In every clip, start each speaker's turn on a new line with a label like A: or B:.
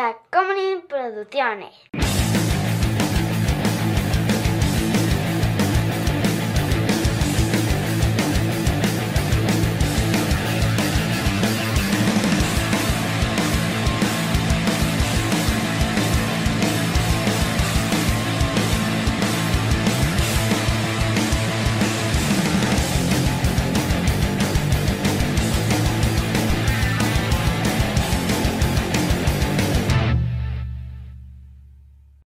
A: a Comedy Producciones.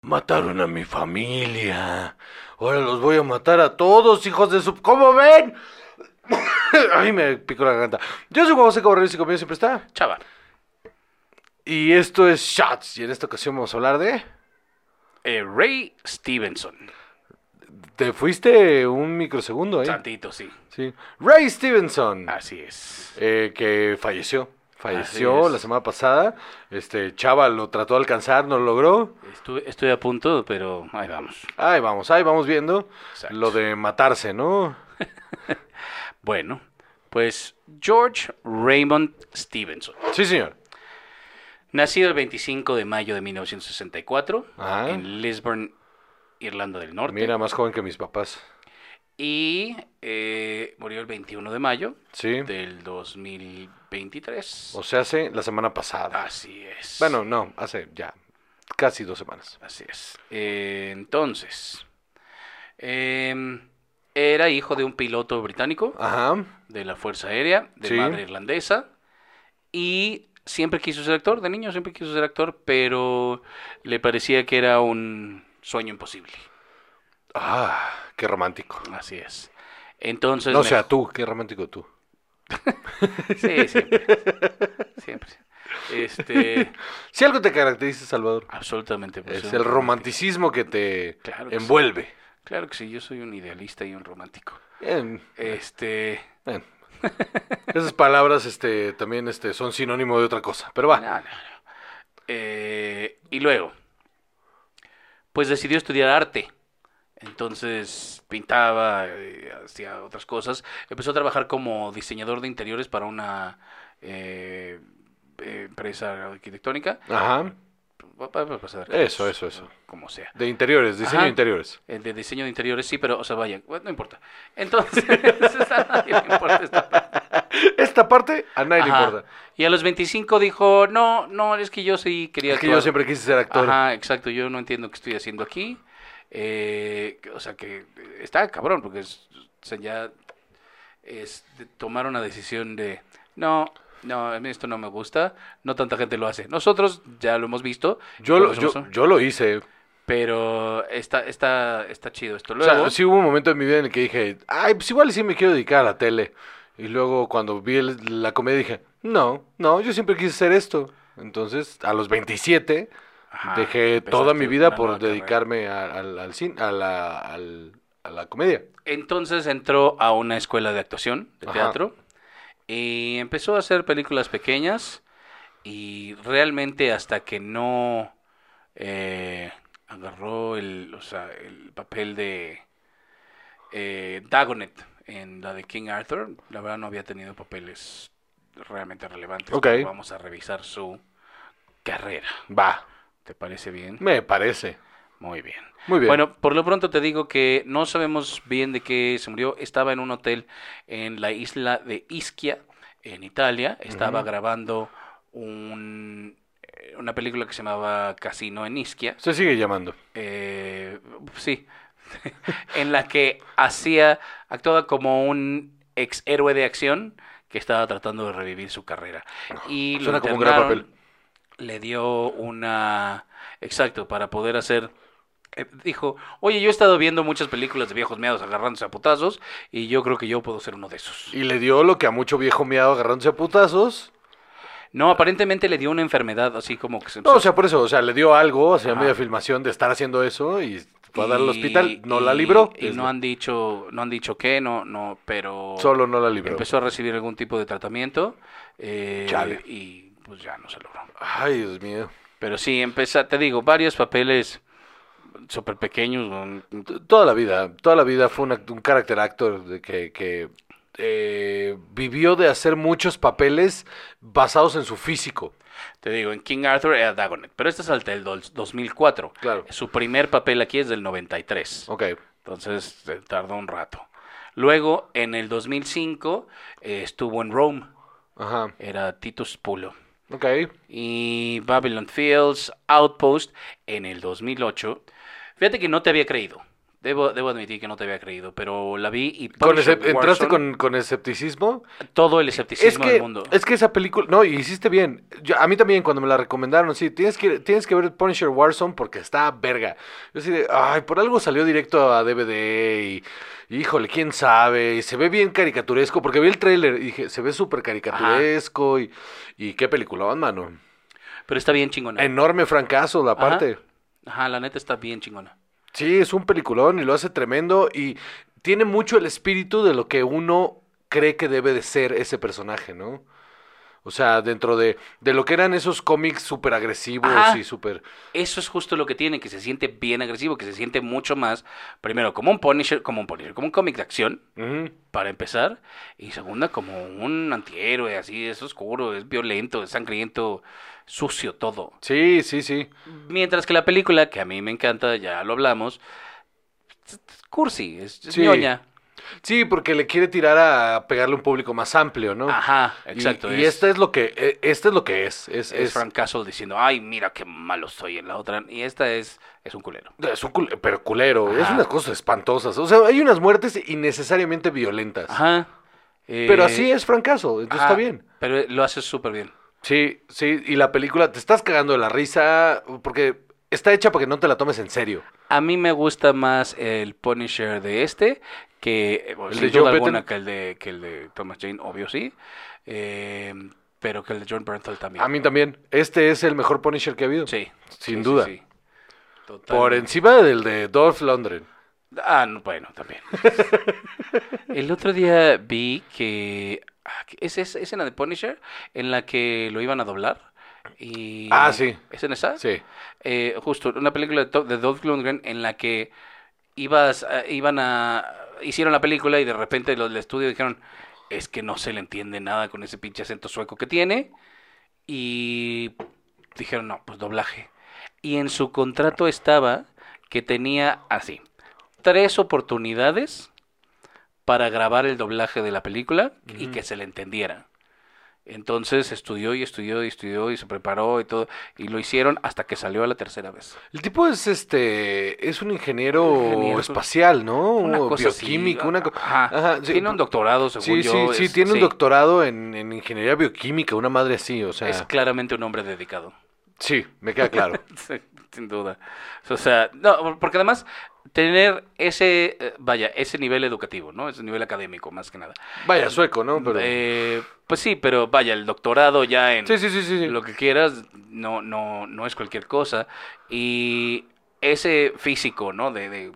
B: Mataron a mi familia. Ahora los voy a matar a todos, hijos de su... ¿Cómo ven? Ay, me picó la garganta. Yo soy Juan José Cabarrero y conmigo siempre está.
C: Chava.
B: Y esto es Shots. Y en esta ocasión vamos a hablar de...
C: Eh, Ray Stevenson.
B: Te fuiste un microsegundo, ¿eh?
C: Tantito, sí.
B: Sí. Ray Stevenson.
C: Así es.
B: eh, que falleció.
C: Así
B: Falleció
C: es.
B: la semana pasada. Este Chava lo trató de alcanzar, no lo logró.
C: Estuve, estuve a punto, pero ahí vamos.
B: Ahí vamos, ahí vamos viendo
C: Exacto.
B: lo de matarse, ¿no?
C: Bueno, pues George Raymond Stevenson.
B: Sí, señor.
C: Nacido el 25 de mayo de 1964
B: Ajá.
C: en Lisburn, Irlanda del Norte.
B: Ah. Mira, más joven que mis papás.
C: Y eh, murió el 21 de mayo
B: Sí.
C: del 2023.
B: O sea, hace la semana pasada.
C: Así es.
B: Bueno, no, hace ya casi dos semanas.
C: Así es. Eh, entonces, em, era hijo de un piloto británico
B: Ajá.
C: de la Fuerza Aérea, de
B: Sí.
C: madre irlandesa, y siempre quiso ser actor, de niño siempre quiso ser actor, pero le parecía que era un sueño imposible.
B: Ah, qué romántico.
C: Así es. Entonces,
B: No
C: me-
B: sea tú, qué romántico tú.
C: Sí, siempre. siempre. Este,
B: Si algo te caracteriza, Salvador,
C: absolutamente. pues,
B: es
C: soy
B: el
C: un
B: romanticismo que te
C: Claro que sí.
B: envuelve.
C: Claro que sí, yo soy un idealista y un romántico.
B: Bien,
C: Este,
B: bien. Esas palabras este, también este, son sinónimo de otra cosa. Pero va.
C: No, no, no. Eh, y luego, pues decidió estudiar arte. Entonces pintaba, eh, hacía otras cosas. Empezó a trabajar como diseñador de interiores para una eh, eh, empresa arquitectónica.
B: Ajá.
C: Va- va- va a pasar.
B: Eso, eso, eso.
C: Como sea.
B: De interiores, diseño
C: Ajá.
B: de interiores.
C: El de diseño de interiores sí, pero, o sea, vaya, bueno, no importa. Entonces, a nadie le importa esta parte.
B: Esta parte a nadie
C: Ajá.
B: le importa.
C: Y a los 25 dijo, no, no, es que yo sí quería
B: Es que yo
C: actuar".
B: siempre quise ser actor.
C: Ajá, exacto. Yo no entiendo qué estoy haciendo aquí. Eh, o sea que está cabrón, porque es- o sea, ya es de tomar una decisión de no, no, a mí esto no me gusta. No tanta gente lo hace. Nosotros ya lo hemos visto.
B: Yo, lo,
C: conocemos
B: yo,
C: eso,
B: yo lo hice.
C: Pero está, está, está chido esto.
B: O
C: Luego,
B: sea, sí hubo un momento en mi vida en el que dije, ay, pues igual sí me quiero dedicar a la tele. Y luego cuando vi el- la comedia dije, no, no, yo siempre quise hacer esto. Entonces, a los 27,
C: ajá,
B: dejé
C: Ah, empezaste
B: toda mi vida
C: una
B: por
C: nueva carrera.
B: dedicarme a- al, al cine, a la, al- a la comedia.
C: Entonces entró a una escuela de actuación, de
B: Ajá.
C: teatro, y empezó a hacer películas pequeñas y realmente hasta que no eh, agarró el, o sea, el papel de eh, Dagonet en la de King Arthur, la verdad no había tenido papeles realmente relevantes.
B: Ok.
C: pero Vamos a revisar su carrera.
B: Va,
C: ¿Te parece bien?
B: me parece.
C: Muy bien.
B: Muy bien.
C: Bueno, por lo pronto te digo que no sabemos bien de qué se murió. Estaba en un hotel en la isla de Ischia, en Italia. Estaba
B: Ujú.
C: grabando un, eh, una película que se llamaba Casino en Ischia.
B: se sigue llamando.
C: Eh, sí. en la que hacía, actuaba como un ex héroe de acción que estaba tratando de revivir su carrera. Y lo
B: Suena como un gran
C: internaron,
B: papel.
C: Le dio una... Exacto, para poder hacer... eh, Dijo, oye, yo he estado viendo muchas películas de viejos meados agarrándose a putazos y yo creo que yo puedo ser uno de esos.
B: Y le dio lo que a mucho viejo miado agarrándose a putazos.
C: No, aparentemente le dio una enfermedad así como que se
B: No,
C: empezó-
B: o sea, por eso, o sea, le dio algo, o sea,
C: Ajá.
B: media filmación de estar haciendo eso y fue a dar al
C: y-
B: hospital, no la
C: y-
B: libró.
C: Y
B: es
C: no
B: lo-
C: han dicho, no han dicho qué, no, no, pero...
B: Solo no la libró.
C: Empezó a recibir algún tipo de tratamiento eh,
B: Chale.
C: y pues ya no se logró.
B: Ay, Dios mío.
C: Pero sí, empieza, te digo, varios papeles súper pequeños. ¿no?
B: T- Toda la vida, toda la vida fue un act- un carácter actor de que, que eh, vivió de hacer muchos papeles basados en su físico.
C: Te digo, en King Arthur era Dagonet, pero este salta del dos- 2004.
B: Claro.
C: Su primer papel aquí es del 93.
B: Ok.
C: Entonces eh, tardó un rato. Luego, en el 2005, eh, estuvo en Rome.
B: Ajá.
C: Era Titus Pulo.
B: Ok.
C: Y Babylon Fields, Outpost, en el 2008. Fíjate que no te había creído. Debo, debo admitir que no te había creído, pero la vi y...
B: Con
C: Punisher
B: escep- ¿Entraste
C: Warzone,
B: con, con escepticismo?
C: Todo el
B: Es
C: escepticismo
B: que,
C: del mundo.
B: es que esa película, no, y hiciste bien. Yo- a mí también cuando me la recomendaron, sí, tienes que, tienes que ver Punisher Warzone porque está verga. Yo así de, ay, por algo salió directo a DVD y, y, híjole, quién sabe, y se ve bien caricaturesco, porque vi el tráiler y dije, se ve súper caricaturesco y, y qué peliculón, mano.
C: Pero está bien chingona.
B: Enorme fracaso, la
C: Ajá.
B: parte.
C: Ajá, la neta está bien chingona.
B: Sí, es un peliculón y lo hace tremendo y tiene mucho el espíritu de lo que uno cree que debe de ser ese personaje, ¿no? O sea, dentro de, de lo que eran esos cómics súper agresivos
C: Ajá.
B: y súper...
C: Eso es justo lo que tiene, que se siente bien agresivo, que se siente mucho más, primero, como un Punisher, como un Punisher, como un cómic de acción,
B: Ujú.
C: para empezar, y segunda, como un antihéroe, así, es oscuro, es violento, es sangriento, sucio, todo.
B: Sí, sí, sí.
C: Mientras que la película, que a mí me encanta, ya lo hablamos, es- es cursi, es, es
B: Sí.
C: ñoña.
B: Sí, porque le quiere tirar a pegarle a un público más amplio, ¿no?
C: Ajá,
B: Oh. Y-
C: exacto.
B: Y,
C: es-
B: este es lo que e- este es lo que es. Es,
C: es Frank Castle diciendo, ay, mira qué malo soy en la otra. Y esta es, es un culero.
B: es un cul- pero culero. Es
C: Ajá.
B: unas cosas espantosas. O sea, hay unas muertes innecesariamente violentas.
C: Ajá.
B: Pero
C: eh,
B: así es Frank Castle, entonces
C: ajá,
B: está bien.
C: Pero lo haces súper bien.
B: Sí, sí, y la película te estás cagando de la risa porque está hecha para que no te la tomes en serio.
C: A mí me gusta más el Punisher de este que eh, bueno,
B: ¿El
C: sin
B: de Joe
C: duda alguna
B: Patton?
C: que el de que el de Thomas Jane, obvio sí, eh, pero que el de John Bernthal también.
B: A mí también. Este es el mejor Punisher que ha habido.
C: sí,
B: sin
C: sí,
B: duda.
C: sí, sí.
B: Por
C: Totalmente.
B: encima del de Dolph Lundgren.
C: Ah, no, bueno, también. el otro día vi que ah, que es es- es en la de Punisher en la que lo iban a doblar y
B: Ah, sí.
C: ¿Es en esa?
B: Sí.
C: eh, justo una película de, To- de Dolph Lundgren en la que ibas, a- iban a hicieron la película y de repente los del estudio dijeron es que no se le entiende nada con ese pinche acento sueco que tiene y dijeron no pues doblaje y en su contrato estaba que tenía así tres oportunidades para grabar el doblaje de la película y
B: Ujú.
C: que se le entendiera entonces estudió y estudió y estudió y se preparó y todo y lo hicieron hasta que salió a la tercera vez
B: El tipo es este, es un ingeniero,
C: Ingeniero.
B: espacial, ¿no?
C: una cosa así,
B: Oh, Bioquímico, una cosa.
C: ajá.
B: sí,
C: tiene un doctorado, según
B: Sí, sí,
C: yo.
B: sí,
C: es-
B: tiene un doctorado en, en ingeniería bioquímica, una madre así, o sea.
C: Es claramente un hombre dedicado,
B: Sí, me queda claro.
C: Sí, sin duda. O sea, no, porque además tener ese, eh, vaya, ese nivel educativo, ¿no? Ese nivel académico, más que nada.
B: Vaya, sueco, ¿no? Pero...
C: Eh, pues sí, pero vaya, el doctorado ya en
B: sí, sí, sí, sí. sí.
C: lo que quieras no, no, no es cualquier cosa. Y ese físico, ¿no? De, de,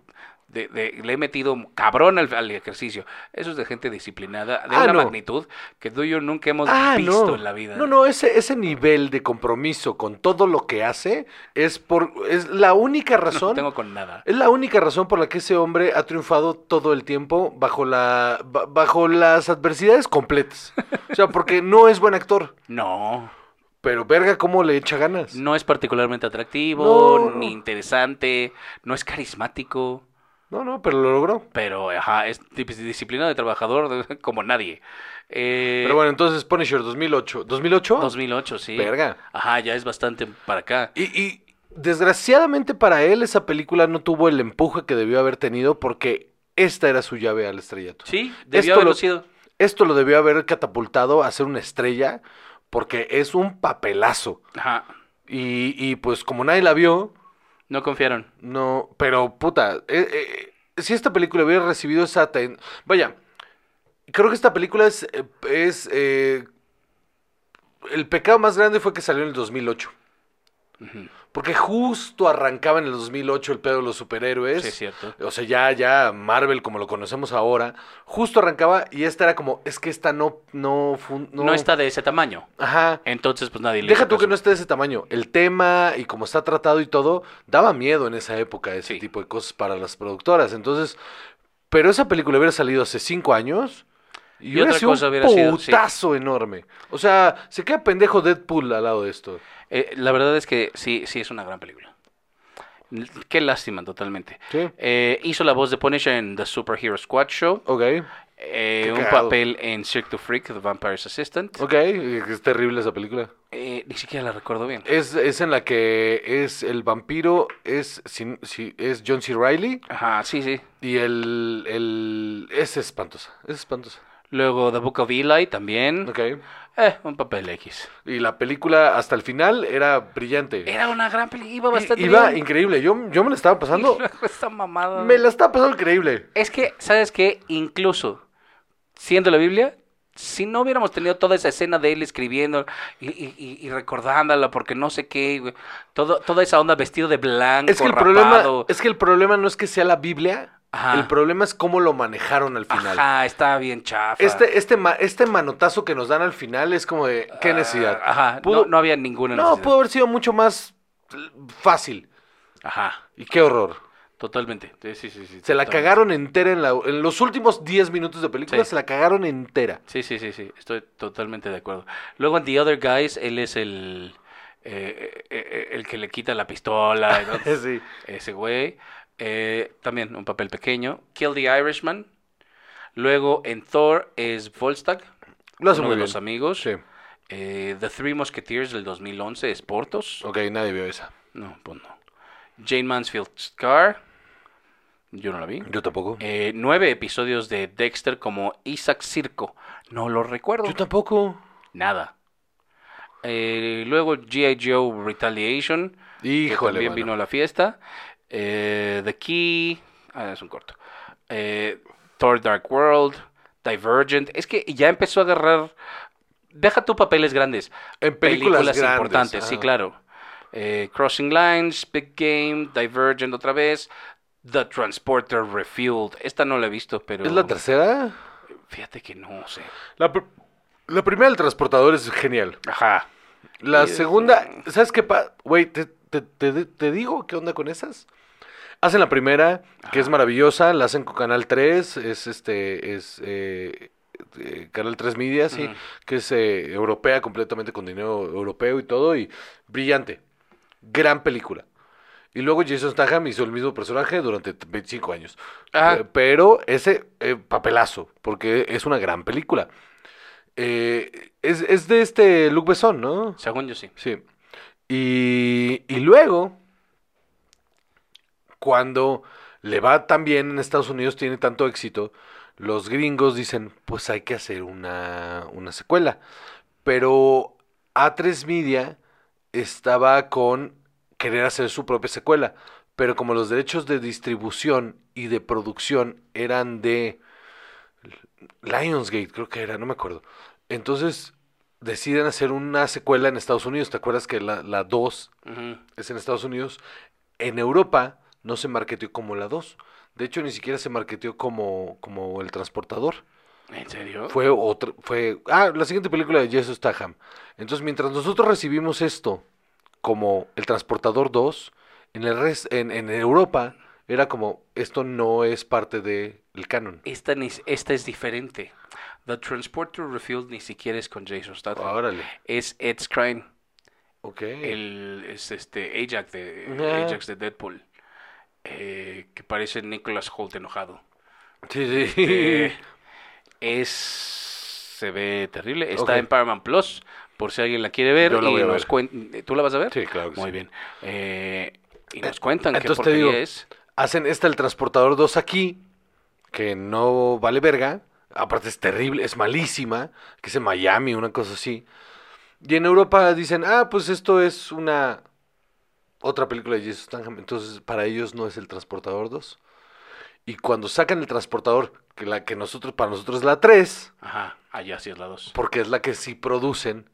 C: de- de- le he metido cabrón al, al ejercicio. Eso es de gente disciplinada, de
B: Ah,
C: una
B: no.
C: magnitud que tú y yo nunca hemos
B: Ah,
C: visto
B: no.
C: en la vida.
B: No, no, ese, ese nivel de compromiso con todo lo que hace es por es la única
C: No
B: razón.
C: tengo con nada.
B: Es la única razón por la que ese hombre ha triunfado todo el tiempo bajo la ba- bajo las adversidades completas. O sea, porque no es buen actor,
C: No,
B: pero verga cómo le echa ganas.
C: no es particularmente atractivo,
B: No.
C: ni interesante, no es carismático,
B: No, no, pero lo logró.
C: pero ajá, es dis- disciplinado y trabajador de- como nadie. Eh,
B: Pero bueno, entonces Punisher 2008, 2008,
C: 2008, sí.
B: verga.
C: Ajá, ya es bastante para acá.
B: Y, y desgraciadamente para él esa película no tuvo el empuje que debió haber tenido porque esta era su llave al estrellato.
C: Sí, debió
B: Esto
C: haberlo
B: lo-
C: sido.
B: Esto lo debió haber catapultado a ser una estrella porque es un papelazo.
C: Ajá.
B: Y, y, pues como nadie la vio,
C: No confiaron.
B: no, pero puta, eh, eh, eh, si esta película hubiera recibido esa... aten- Vaya, creo que esta película es... eh, es eh, el pecado más grande fue que salió en el 2008.
C: Ujú.
B: Porque justo arrancaba en el 2008 el pedo de los superhéroes.
C: Sí, es cierto.
B: O sea, ya, ya Marvel, como lo conocemos ahora, justo arrancaba y esta era como, es que esta no, no, fun-
C: No. está de ese tamaño.
B: Ajá.
C: Entonces, pues nadie le
B: Deja
C: hizo
B: tú que no
C: caso.
B: esté de ese tamaño. El tema y como está tratado y todo, daba miedo en esa época ese
C: Sí.
B: tipo de cosas para las productoras. Entonces, pero esa película hubiera salido hace cinco años Y,
C: Y
B: hubiera
C: otra
B: sido
C: cosa
B: un
C: hubiera sido, sí.
B: putazo enorme. O sea, se queda pendejo Deadpool al lado de esto.
C: Eh, la verdad es que sí, sí es una gran película. L- Qué lástima, totalmente.
B: Sí.
C: Eh, hizo la voz de Punisher en The Superhero Squad Show.
B: Ok,
C: eh,
B: Qué
C: un
B: cagado.
C: papel en Cirque du Freak, The Vampire's Assistant.
B: ok. Es terrible esa película.
C: Eh, ni siquiera la recuerdo bien.
B: Es, es en la que es el vampiro, es, sin- si- es John C. Reilly
C: Ajá, sí, sí.
B: y el, el... Es espantosa, es espantosa.
C: Luego The Book of Eli también.
B: Ok.
C: Eh, un papel X.
B: Y la película hasta el final era brillante.
C: Era una gran película, iba bastante
B: I- Iba
C: bien.
B: increíble. Yo, yo me la estaba pasando...
C: Esta mamada.
B: Me la estaba pasando increíble.
C: Es que, ¿sabes qué? Incluso siendo la Biblia, si no hubiéramos tenido toda esa escena de él escribiendo y, y- y- y recordándola porque no sé qué, güey, todo, toda esa onda vestido de blanco,
B: Es que, el problema,
C: rapado.
B: es que el problema no es que sea la Biblia,
C: Ajá.
B: el problema es cómo lo manejaron al final.
C: Ajá, estaba bien chafa.
B: Este, este, ma- este manotazo que nos dan al final es como de, ¿qué
C: Ah,
B: necesidad?
C: ajá,
B: Pudo-
C: no, no había ninguna
B: No,
C: necesidad.
B: pudo haber sido mucho más eh, fácil.
C: Ajá,
B: Y qué horror.
C: totalmente. Sí, sí, sí. sí,
B: Se la
C: totalmente.
B: cagaron entera en, la- en los últimos 10 minutos de película,
C: Sí.
B: se la cagaron entera.
C: Sí, sí, sí, sí, estoy totalmente de acuerdo. Luego en The Other Guys, él es el, eh, eh, eh, el que le quita la pistola. ¿no?
B: Sí.
C: Ese güey. Eh, también un papel pequeño. Kill the Irishman. Luego en Thor es Volstagg.
B: Lo hace
C: uno
B: muy
C: de
B: bien.
C: los amigos.
B: Sí.
C: Eh, the Three Musketeers del 2011 es Portos.
B: Ok, nadie vio esa.
C: No, pues no. Jane Mansfield Scar. Yo no la vi.
B: Yo tampoco.
C: Eh, nueve episodios de Dexter como Isaac Circo. No lo recuerdo.
B: Yo tampoco.
C: Nada. Eh, luego G.I. Joe Retaliation. que
B: Híjole.
C: también
B: mano.
C: vino a la fiesta. Eh, The Key. Ah, es un corto. Eh, Thor Dark World. Divergent. Es que ya empezó a agarrar. Deja tu papeles grandes.
B: En películas, grandes,
C: importantes, sí,
B: ajá.
C: claro. Eh, Crossing Lines, Big Game, Divergent otra vez. The Transporter Refueled. Esta no la he visto, pero.
B: ¿Es la tercera?
C: Fíjate que no sé.
B: La, pr- la primera del transportador es genial.
C: Ajá.
B: La
C: Y es-
B: segunda, ¿sabes qué pasa? Güey, te, te- te- te digo qué onda con esas. Hacen la primera, que es maravillosa, la hacen con Canal 3, es este, es eh, eh, Canal 3 Media, sí,
C: Ujú.
B: que es eh, europea completamente con dinero europeo y todo, y brillante. Gran película. Y luego Jason Statham hizo el mismo personaje durante t- 25 años.
C: Ajá.
B: Eh, Pero ese eh, papelazo, porque es una gran película. Eh, es, es de este Luc Besson, ¿no?
C: Según yo sí.
B: Sí. Y, y luego, cuando le va tan bien en Estados Unidos, tiene tanto éxito, los gringos dicen, pues hay que hacer una, una secuela. Pero A3 Media estaba con querer hacer su propia secuela. Pero como los derechos de distribución y de producción eran de Lionsgate, creo que era, no me acuerdo. Entonces deciden hacer una secuela en Estados Unidos. ¿Te acuerdas que la, la 2
C: Ujú.
B: es en Estados Unidos? En Europa no se marketeó como la 2. De hecho, ni siquiera se marketeó como, como el transportador.
C: ¿En serio?
B: Fue otra, fue, ah, la siguiente película de Jason Statham. Entonces, mientras nosotros recibimos esto como El Transportador 2, en el res- en, en Europa era como, esto no es parte del canon.
C: Esta, ni- esta es diferente. The Transporter Refueled ni siquiera es con Jason Statham.
B: Órale,
C: Es Ed Skrein,
B: ok.
C: el, es este Ajax de,
B: Ah.
C: Ajax de Deadpool, eh, que parece Nicholas Holt enojado.
B: Sí, sí.
C: Eh, es se ve terrible. Está
B: Ok.
C: en Paramount Plus, por si alguien la quiere ver.
B: Yo la
C: y
B: voy a
C: nos
B: ver.
C: cuen- ¿Tú la vas a ver?
B: Sí, claro que
C: Muy
B: sí.
C: bien. Eh, y nos cuentan qué
B: entonces te
C: porquería
B: digo,
C: es.
B: Hacen esta El Transportador 2 aquí, que no vale verga. Aparte es terrible, es malísima, que es en Miami, una cosa así. Y en Europa dicen, ah, pues esto es una otra película de Jason Statham. Entonces para ellos no es El Transportador 2. Y cuando sacan El Transportador, que la que nosotros, para nosotros es la 3,
C: Ajá, allá sí es la 2.
B: porque es la que sí producen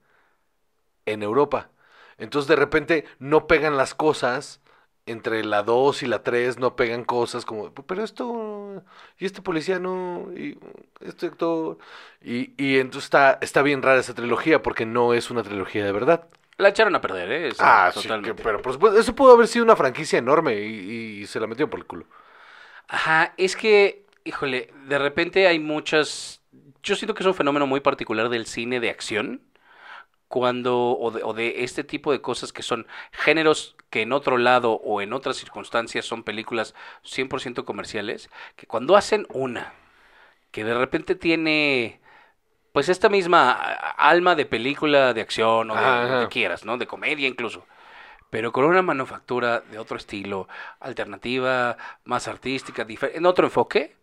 B: en Europa. Entonces de repente no pegan las cosas entre la 2 y la 3, no pegan cosas como, pero esto, y este policía no, y este actor. Y, y entonces está, está bien rara esa trilogía porque no es una trilogía de verdad.
C: La echaron a perder, ¿eh? Eso,
B: ah, sí,
C: totalmente.
B: que- pero por supuesto, eso pudo haber sido una franquicia enorme y, y se la metió por el culo.
C: Ajá, es que, híjole, de repente hay muchas yo siento que es un fenómeno muy particular del cine de acción, cuando, o de, o de este tipo de cosas que son géneros que en otro lado o en otras circunstancias son películas 100% comerciales, que cuando hacen una, que de repente tiene, pues esta misma a- a- alma de película de acción o de
B: Ajá,
C: lo
B: ajá.
C: que quieras, ¿no? De comedia incluso. Pero con una manufactura de otro estilo, alternativa, más artística, difer- en otro enfoque,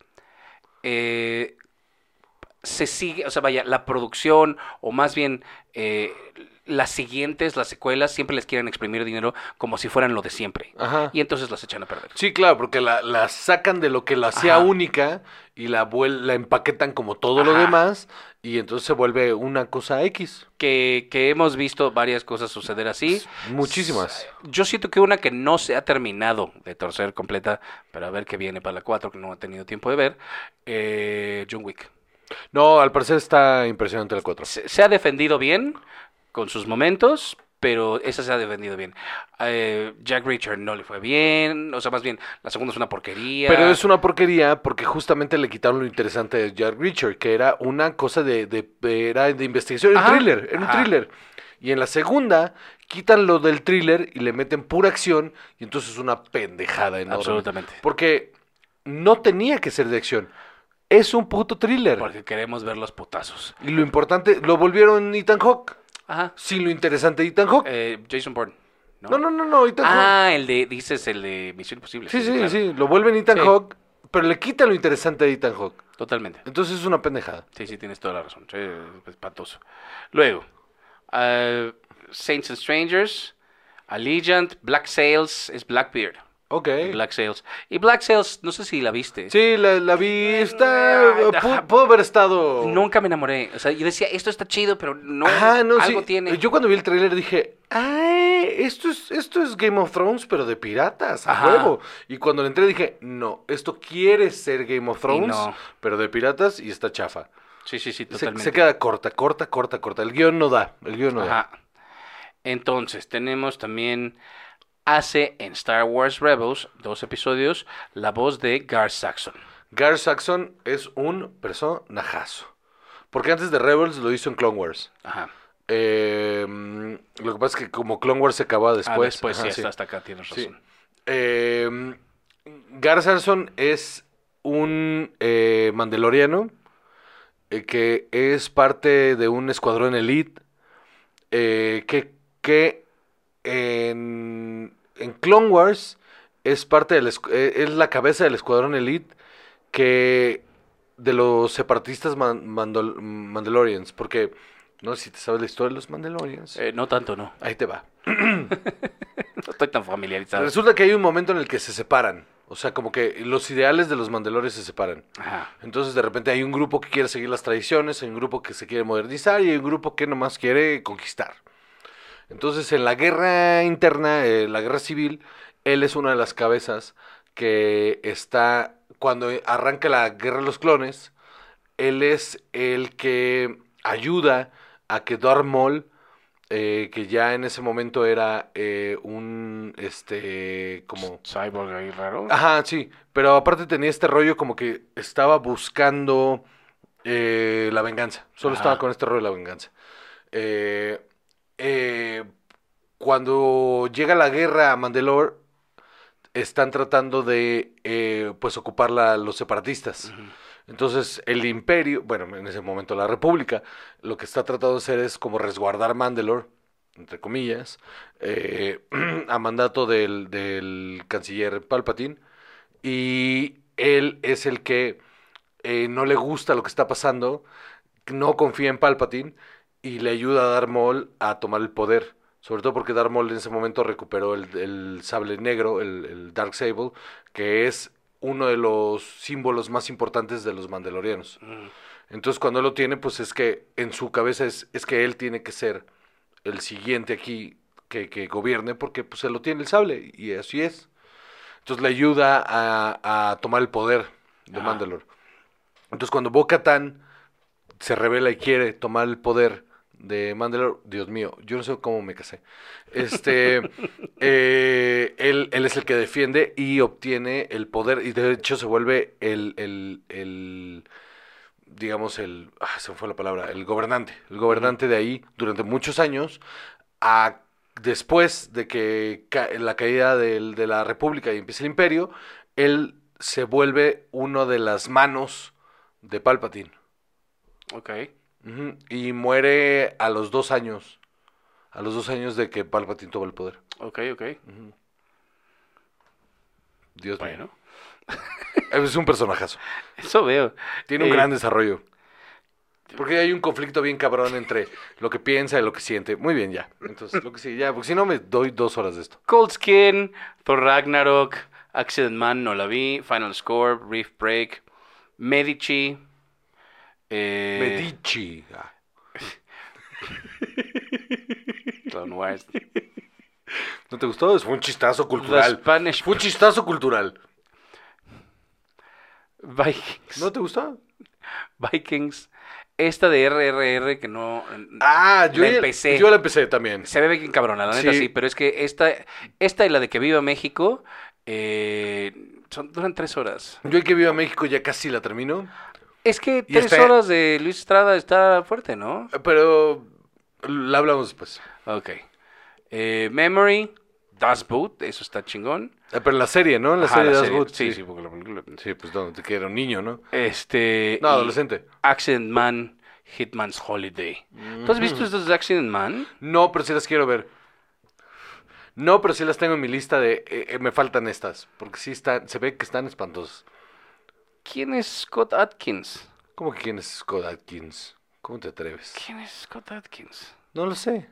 C: eh, se sigue, o sea, vaya, la producción, o más bien eh, las siguientes, las secuelas, siempre les quieren exprimir dinero como si fueran lo de siempre.
B: Ajá.
C: Y entonces las echan a perder.
B: Sí, claro, porque la, la sacan de lo que la hacía
C: Ajá.
B: única y la, vuel- la empaquetan como todo lo
C: Ajá.
B: demás y entonces se vuelve una cosa X.
C: Que, que hemos visto varias cosas suceder así.
B: Muchísimas.
C: Yo siento que una que no se ha terminado de torcer completa, pero a ver qué viene para la 4, que no ha tenido tiempo de ver, eh, John Wick.
B: No, al parecer está impresionante el 4.
C: Se, se ha defendido bien con sus momentos, pero esa se ha defendido bien. Eh, Jack Richard no le fue bien, o sea, más bien, la segunda es una porquería.
B: Pero es una porquería porque justamente le quitaron lo interesante de Jack Richard, que era una cosa de, de- era de investigación, era un
C: Ajá,
B: thriller, era un
C: ajá.
B: thriller. Y en la segunda quitan lo del thriller y le meten pura acción y entonces es una pendejada enorme.
C: Absolutamente.
B: Porque no tenía que ser de acción. Es un puto thriller.
C: Porque queremos ver los putazos.
B: Y lo importante, lo volvieron Ethan Hawke.
C: Ajá.
B: Sin lo interesante de Ethan Hawke.
C: Eh, Jason Bourne. ¿no?
B: no, no, no, no, Ethan Hawke.
C: Ah, el de, dices el de Misión Imposible.
B: Sí, sí,
C: claro.
B: sí, lo vuelven Ethan
C: Sí.
B: Hawke, pero le quitan lo interesante de Ethan Hawke.
C: Totalmente.
B: Entonces es una pendejada.
C: Sí, sí, tienes toda la razón. Sí, es patoso. Luego, ah, Saints and Strangers, Allegiant, Black Sails, es Blackbeard.
B: Ok.
C: Black Sails. Y Black Sails, no sé si la viste.
B: Sí, la, la vi. Está.
C: Ay,
B: pu-
C: ajá.
B: pudo haber estado.
C: Nunca me enamoré. O sea, yo decía, esto está chido, pero no,
B: Ajá, no,
C: algo
B: sí.
C: tiene.
B: Yo cuando vi el tráiler dije. Ay, esto es, esto es Game of Thrones, pero de piratas, a
C: Ajá.
B: huevo. Y cuando le entré dije, no, esto quiere ser Game of Thrones,
C: no.
B: pero de piratas y está chafa.
C: Sí, sí, sí,
B: Se-
C: totalmente.
B: Se, queda corta, corta, corta, corta. El guión no da, el guión no da.
C: Ajá. Entonces, tenemos también hace en Star Wars Rebels, dos episodios, la voz de Gar Saxon.
B: Gar Saxon es un personajazo. Porque antes de Rebels lo hizo en Clone Wars.
C: Ajá.
B: Eh, mm, lo que pasa es que como Clone Wars se acababa
C: Ah,
B: después.
C: después
B: ajá,
C: sí,
B: sí.
C: hasta, hasta acá tienes
B: Sí.
C: razón.
B: Eh, Gar Sarson es un eh, mandaloriano eh, que es parte de un escuadrón elite eh, que, que en, en Clone Wars es parte del escu- eh, es la cabeza del escuadrón elite que de los separatistas man- mandal- Mandalorians porque no sé si te sabes la historia de los Mandalorians
C: Eh, no tanto, no.
B: ahí te va
C: No estoy tan familiarizado.
B: Resulta que hay un momento en el que se separan. O sea, como que los ideales de los Mandalores se separan.
C: Ajá.
B: Entonces, de repente hay un grupo que quiere seguir las tradiciones, hay un grupo que se quiere modernizar y hay un grupo que nomás quiere conquistar. Entonces, en la guerra interna, eh, la guerra civil, él es una de las cabezas que está. Cuando arranca la guerra de los clones, él es el que ayuda a que Darth Maul, eh, que ya en ese momento era eh, un. Este. Como.
C: Cyborg ahí raro.
B: Ajá, sí. Pero aparte tenía este rollo como que estaba buscando eh, la venganza. Solo
C: Ajá.
B: estaba con este rollo de la venganza. Eh, eh, cuando llega la guerra a Mandalore, están tratando de eh, pues ocuparla los separatistas.
C: Ujú.
B: Entonces el imperio, bueno, en ese momento la república, lo que está tratando de hacer es como resguardar Mandalore, entre comillas, eh, a mandato del, del canciller Palpatine. Y él es el que eh, no le gusta lo que está pasando, no confía en Palpatine y le ayuda a Darth Maul a tomar el poder. Sobre todo porque Darth Maul en ese momento recuperó el, el sable negro, el, el Dark Sable, que es uno de los símbolos más importantes de los mandalorianos.
C: Mm.
B: Entonces cuando lo tiene, pues es que en su cabeza es, es que él tiene que ser el siguiente aquí que, que gobierne porque pues él lo tiene el sable y así es. Entonces le ayuda a, a tomar el poder de
C: Ajá.
B: Mandalore. Entonces cuando Bo-Katan se revela y quiere tomar el poder de Mandalore, Dios mío, yo no sé cómo me casé. Este, eh, él, él es el que defiende y obtiene el poder y de hecho se vuelve el, el, el digamos, el, ah, se me fue la palabra, el gobernante, el gobernante de ahí durante muchos años, a, después de que ca- la caída del- de la República y empieza el imperio, él se vuelve uno de las manos de Palpatine.
C: Ok.
B: Ujú, Y muere a los dos años, a los dos años de que Palpatine toma el poder.
C: Ok, ok.
B: Dios mío.
C: Bueno,
B: Es un personajazo.
C: eso veo.
B: Tiene un
C: Eh,
B: gran desarrollo. Porque hay un conflicto bien cabrón entre lo que piensa y lo que siente. Muy bien, ya. Entonces, lo que sí, ya, porque si no me doy dos horas de esto.
C: Cold Skin, Thor Ragnarok, Accident Man, no la vi, Final Score, Reef Break, Medici. eh,
B: Medici. Ah,
C: Clone Wars.
B: ¿No te gustó? Es- Fue un chistazo cultural.
C: The Spanish
B: Fue un chistazo cultural.
C: Vikings.
B: ¿No te gustó?
C: Vikings. Esta de RRR que no...
B: Ah, yo
C: La empecé.
B: Yo la empecé también.
C: Se ve bien cabrona, la neta
B: Sí.
C: sí. pero es que esta, esta y la de que viva México eh, son, duran tres horas.
B: Yo el que vivo a México ya casi la termino.
C: Es que
B: Y
C: tres
B: está-
C: horas de Luis Estrada está fuerte, ¿no?
B: Pero la hablamos después.
C: Ok. Eh, Memory, Das Boot, eso está chingón.
B: Ah, Pero en la serie, ¿no? En la
C: Ajá,
B: serie
C: la
B: de
C: serie.
B: Asbot.
C: Sí, sí, porque la película-
B: Sí, pues no, te queda un niño, ¿no?
C: Este.
B: No,
C: y
B: adolescente.
C: Accident Man, Hitman's Holiday. ¿Tú has visto estos de Accident Man?
B: No, pero sí las quiero ver. No, pero sí las tengo en mi lista de... eh, eh, me faltan estas, porque sí están... Se ve que están espantosas.
C: ¿Quién es Scott Atkins?
B: ¿Cómo que quién es Scott Atkins? ¿Cómo te atreves?
C: ¿Quién es Scott Atkins?
B: No lo sé.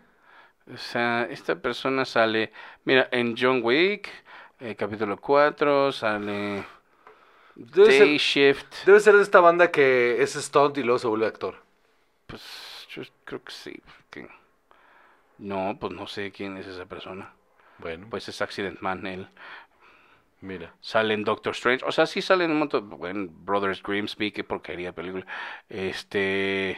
C: O sea, esta persona sale, mira, en John Wick, eh, capítulo 4, sale
B: Debe ser-
C: Day Shift.
B: Debe ser de esta banda que es stunt y luego se vuelve actor.
C: Pues yo creo que sí. porque- No, pues no sé quién es esa persona.
B: Bueno, pues
C: Pues es Accident Man, él.
B: mira.
C: Sale en Doctor Strange. O sea, sí salen un montón. Bueno, Brothers Grimsby, qué porquería de película. Este.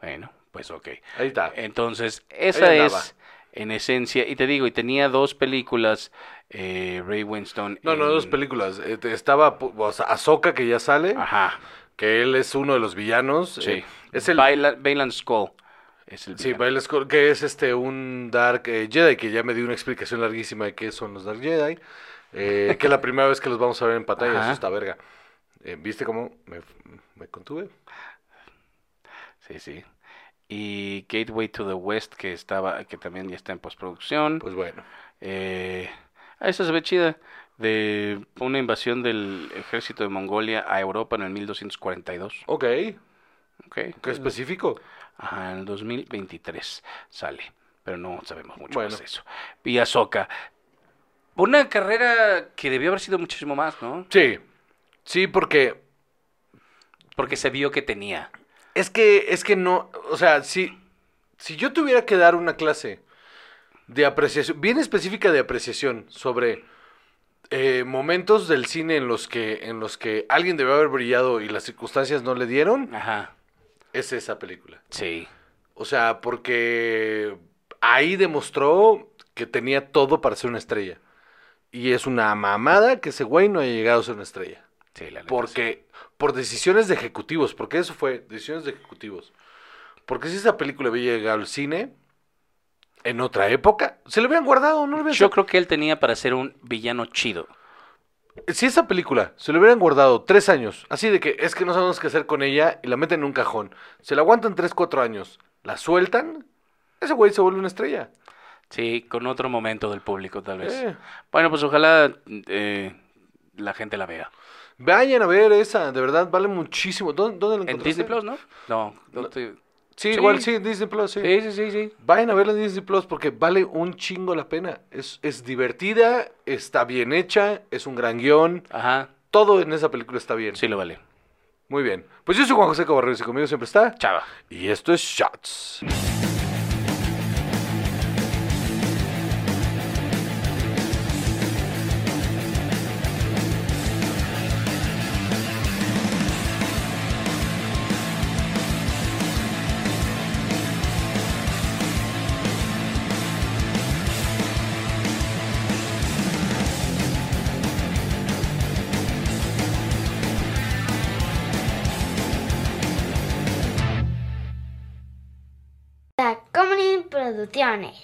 C: Bueno, pues ok.
B: Ahí está.
C: Entonces,
B: Ahí
C: esa
B: andaba.
C: es en esencia. Y te digo, y tenía dos películas, eh, Ray Winstone.
B: No, no,
C: en-
B: dos películas. Eh, Ah. te- Estaba pu- o sea, Ahsoka, que ya sale,
C: Ajá,
B: que él es uno de los villanos.
C: sí.
B: Eh, es el...
C: Baila- Bailan Skull. Es el
B: Sí,
C: villano.
B: Bail Skull, que es este un Dark eh, Jedi, que ya me dio una explicación larguísima de qué son los Dark Jedi, eh, que es la primera vez que los vamos a ver en pantalla,
C: Ajá.
B: eso está verga. Eh, ¿Viste cómo me, me contuve?
C: Sí, sí. Y Gateway to the West, que estaba, que también ya está en postproducción.
B: Pues bueno,
C: Eh, ah, esa se ve chida. De una invasión del ejército de Mongolia a Europa en el 1242.
B: ok,
C: Ok.
B: qué específico.
C: Ajá, en el 2023 sale, pero no sabemos mucho
B: Bueno.
C: más de eso. Y Ahsoka. Una carrera que debió haber sido muchísimo más, ¿no?
B: Sí, sí, porque
C: Porque se vio que tenía.
B: es que, es que no, o sea, si, si yo tuviera que dar una clase de apreciación, bien específica de apreciación sobre eh, momentos del cine en los que, en los que alguien debió haber brillado y las circunstancias no le dieron,
C: Ajá,
B: es esa película.
C: sí.
B: O sea, porque ahí demostró que tenía todo para ser una estrella. Y es una mamada que ese güey no haya llegado a ser una estrella.
C: Sí, la neta, sí.
B: Porque, por decisiones de ejecutivos, porque eso fue, decisiones de ejecutivos. Porque si esa película hubiera llegado al cine, en otra época, se lo hubieran guardado, no lo hubieran
C: Yo creo que él tenía para ser un villano chido.
B: Si esa película se lo hubieran guardado tres años, así de que es que no sabemos qué hacer con ella y la meten en un cajón, se la aguantan tres, cuatro años, la sueltan, ese güey se vuelve una estrella.
C: Sí, con otro momento del público, tal vez.
B: Eh,
C: Bueno, pues ojalá eh, la gente la vea.
B: vayan a ver esa, de verdad, vale muchísimo. ¿Dó- ¿Dónde, la
C: En
B: encontraste?
C: Disney Plus, ¿no? No, no
B: No.
C: estoy-
B: Sí,
C: Sí.
B: igual, sí, en Disney Plus, sí.
C: Sí, sí, sí, sí.
B: Vayan a verla en Disney Plus porque vale un chingo la pena. Es, es divertida, está bien hecha, es un gran guión.
C: Ajá,
B: Todo en esa película está bien.
C: sí lo vale.
B: Muy bien. Pues yo soy Juan José Cabarrero y conmigo siempre está.
C: Chava.
B: Y esto es Shots.
A: Produzione.